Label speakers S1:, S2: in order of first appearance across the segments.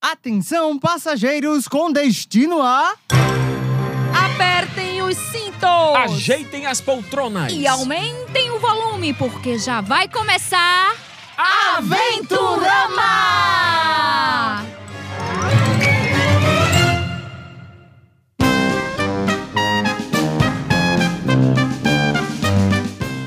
S1: Atenção, passageiros com destino a.
S2: Apertem os cintos.
S3: Ajeitem as poltronas.
S2: E aumentem o volume, porque já vai começar. Aventurama!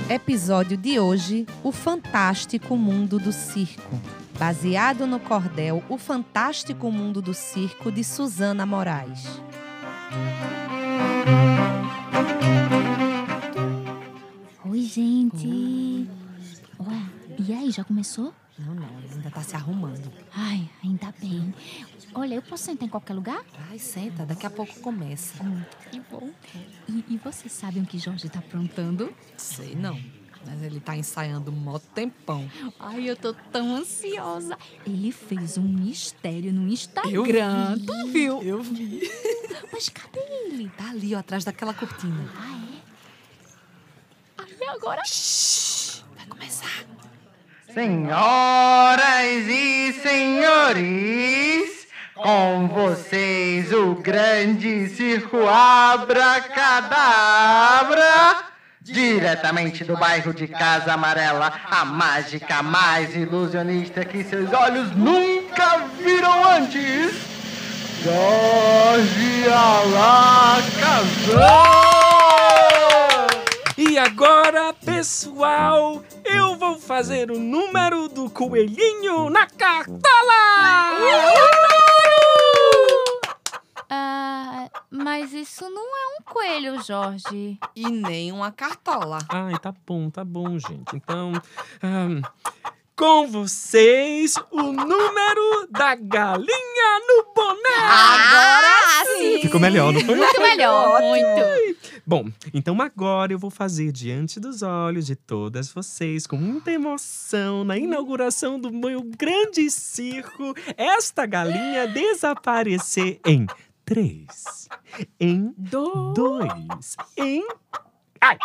S4: Episódio de hoje: O Fantástico Mundo do Circo. Baseado no cordel O Fantástico Mundo do Circo de Suzana Moraes.
S5: Oi, gente. Ué, e aí, já começou?
S4: Não, não, ele ainda tá se arrumando.
S5: Ai, ainda bem. Olha, eu posso sentar em qualquer lugar?
S4: Ai, senta, daqui a pouco começa.
S5: Que bom. E, e vocês sabem o que Jorge tá aprontando?
S4: Sei não, mas ele tá ensaiando um mó tempão.
S5: Ai, eu tô tão ansiosa. Ele fez um mistério no Instagram. Tu viu?
S4: Eu vi.
S5: Mas cadê ele?
S4: Tá ali, ó, atrás daquela cortina.
S5: Ah, é? Ai, e agora?
S4: Vai começar.
S1: Senhoras e senhores, com vocês o grande circo Abracadabra, diretamente do bairro de Casa Amarela, a mágica mais ilusionista que seus olhos nunca viram antes, Jorge Alacazão!
S3: E agora, pessoal, eu vou fazer o número do coelhinho na cartola!
S5: tá.
S2: Ah, mas isso não é um coelho, Jorge.
S4: E nem uma cartola.
S3: Ai, tá bom, tá bom, gente. Então, ahn, com vocês, o número da galinha no boné!
S4: Agora
S3: Ficou melhor, não foi?
S2: Muito melhor, muito.
S3: Bom, então agora eu vou fazer diante dos olhos de todas vocês, com muita emoção, na inauguração do meu grande circo, esta galinha desaparecer em três, em dois, em. Ai!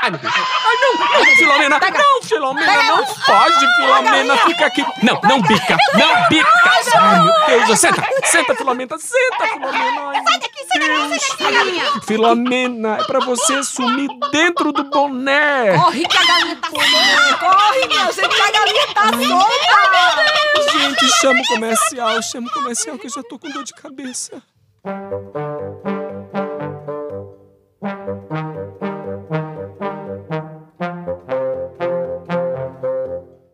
S3: Ai, meu Deus. Ai, não! Ai, Filomena! Não, Filomena! Não foge, Filomena! Fica aqui! Não, não bica! Não bica! Ai, meu Deus! Senta! Senta, Filomena! Senta, Filomena! Ai, sai daqui! Sai daqui! Sai daqui! Filomena, é pra você sumir dentro do boné!
S4: Corre que a galinha tá solta! Corre, meu gente, que a galinha tá solta!
S3: Gente, chama o comercial! Chama o comercial que eu já tô com dor de cabeça!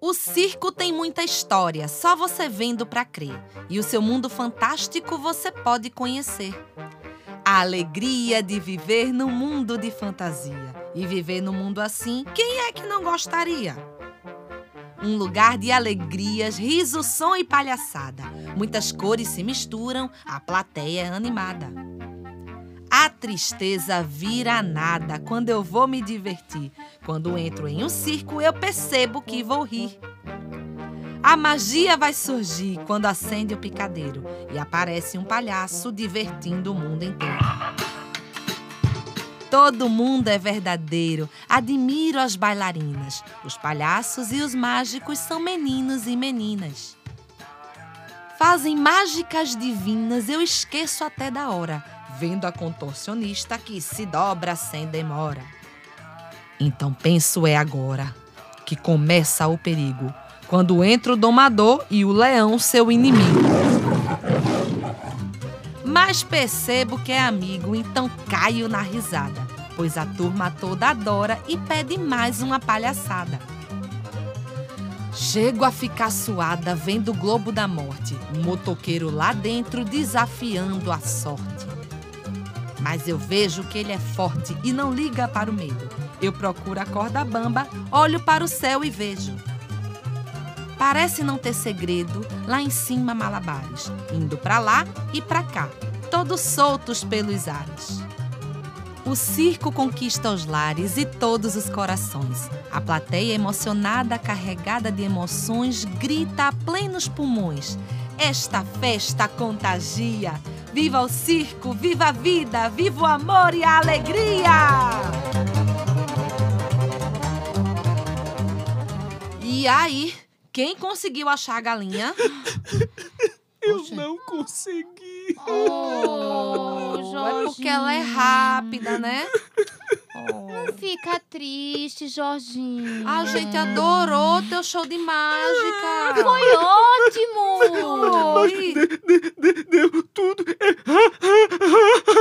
S4: O circo tem muita história, só você vendo pra crer. E o seu mundo fantástico você pode conhecer. A alegria de viver num mundo de fantasia. E viver num mundo assim, quem é que não gostaria? Um lugar de alegrias, riso, som e palhaçada. Muitas cores se misturam, a plateia é animada. A tristeza vira nada quando eu vou me divertir. Quando entro em um circo, eu percebo que vou rir. A magia vai surgir quando acende o picadeiro e aparece um palhaço divertindo o mundo inteiro. Todo mundo é verdadeiro, admiro as bailarinas. Os palhaços e os mágicos são meninos e meninas. Fazem mágicas divinas, eu esqueço até da hora, vendo a contorcionista que se dobra sem demora. Então penso é agora que começa o perigo, quando entra o domador e o leão seu inimigo. Mas percebo que é amigo, então caio na risada, pois a turma toda adora e pede mais uma palhaçada. Chego a ficar suada vendo o Globo da Morte, um motoqueiro lá dentro desafiando a sorte. Mas eu vejo que ele é forte e não liga para o medo. Eu procuro a corda bamba, olho para o céu e vejo. Parece não ter segredo, lá em cima malabares, indo pra lá e pra cá, todos soltos pelos ares. O circo conquista os lares e todos os corações. A plateia emocionada, carregada de emoções, grita a plenos pulmões. Esta festa contagia. Viva o circo, viva a vida, viva o amor e a alegria! E aí, quem conseguiu achar a galinha?
S3: Eu
S4: Oxe.
S3: não consegui.
S2: Oh,
S4: é porque ela é rápida, né?
S2: Não fica triste, Jorginho.
S4: A gente adorou teu show de mágica.
S2: Foi ótimo!
S4: Oi.
S3: Deu tudo.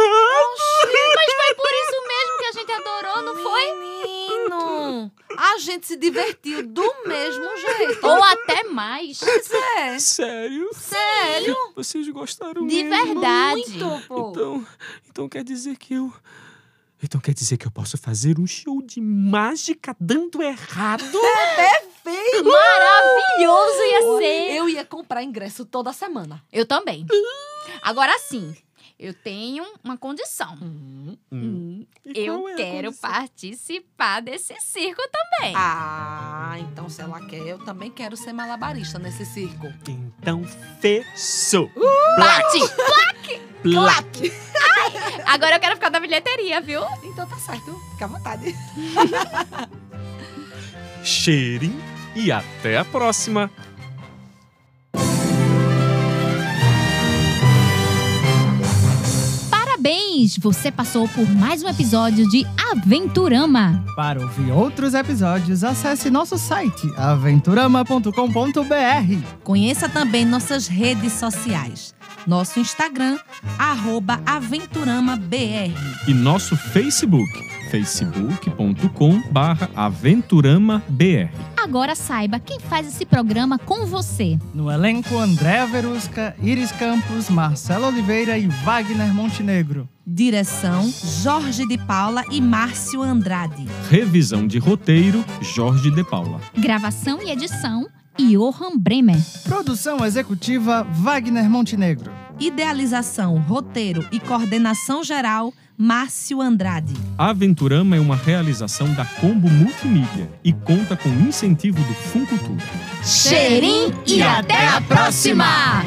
S2: Mas foi por isso mesmo que a gente adorou, não foi?
S4: Menino, a gente se divertiu do mesmo jeito.
S2: Ou até mais.
S4: Pois é.
S3: Sério?
S4: Sério?
S3: Vocês gostaram
S2: De
S3: mesmo?
S2: verdade.
S4: Muito, pô.
S3: Então, então quer dizer que eu. Então quer dizer que eu posso fazer um show de mágica dando
S4: Tá
S3: errado?
S4: Feio.
S5: Maravilhoso ia ser.
S4: Eu ia comprar ingresso toda semana.
S2: Eu também. Agora sim, eu tenho uma condição.
S3: Hum, e
S2: Eu
S3: qual é a
S2: quero
S3: condição?
S2: participar desse circo também.
S4: Ah, então se ela quer, eu também quero ser malabarista nesse circo.
S3: Então fechou.
S2: Uh, Bate!
S3: Plá.
S2: Agora eu quero ficar na bilheteria, viu?
S4: Então tá certo, fica à vontade.
S3: Cheirinho e até a próxima.
S5: Parabéns! Você passou por mais um episódio de Aventurama.
S6: Para ouvir outros episódios, acesse nosso site aventurama.com.br.
S4: Conheça também nossas redes sociais. Nosso Instagram, arroba AventuramaBR.
S7: e nosso Facebook, facebook.com/barra aventuramabr.
S5: Agora saiba quem faz esse programa com você.
S6: No elenco, Andréa Verusca, Iris Campos, Marcelo Oliveira e Wagner Montenegro.
S4: Direção, Jorge de Paula e Márcio Andrade.
S7: Revisão de roteiro, Jorge De Paula.
S5: Gravação e edição, Johan Bremer.
S6: Produção executiva, Wagner Montenegro.
S4: Idealização, roteiro e coordenação geral, Márcio Andrade.
S7: Aventurama é uma realização da Combo Multimídia e conta com incentivo do Funcultura.
S5: Cheirinho
S7: e até a próxima!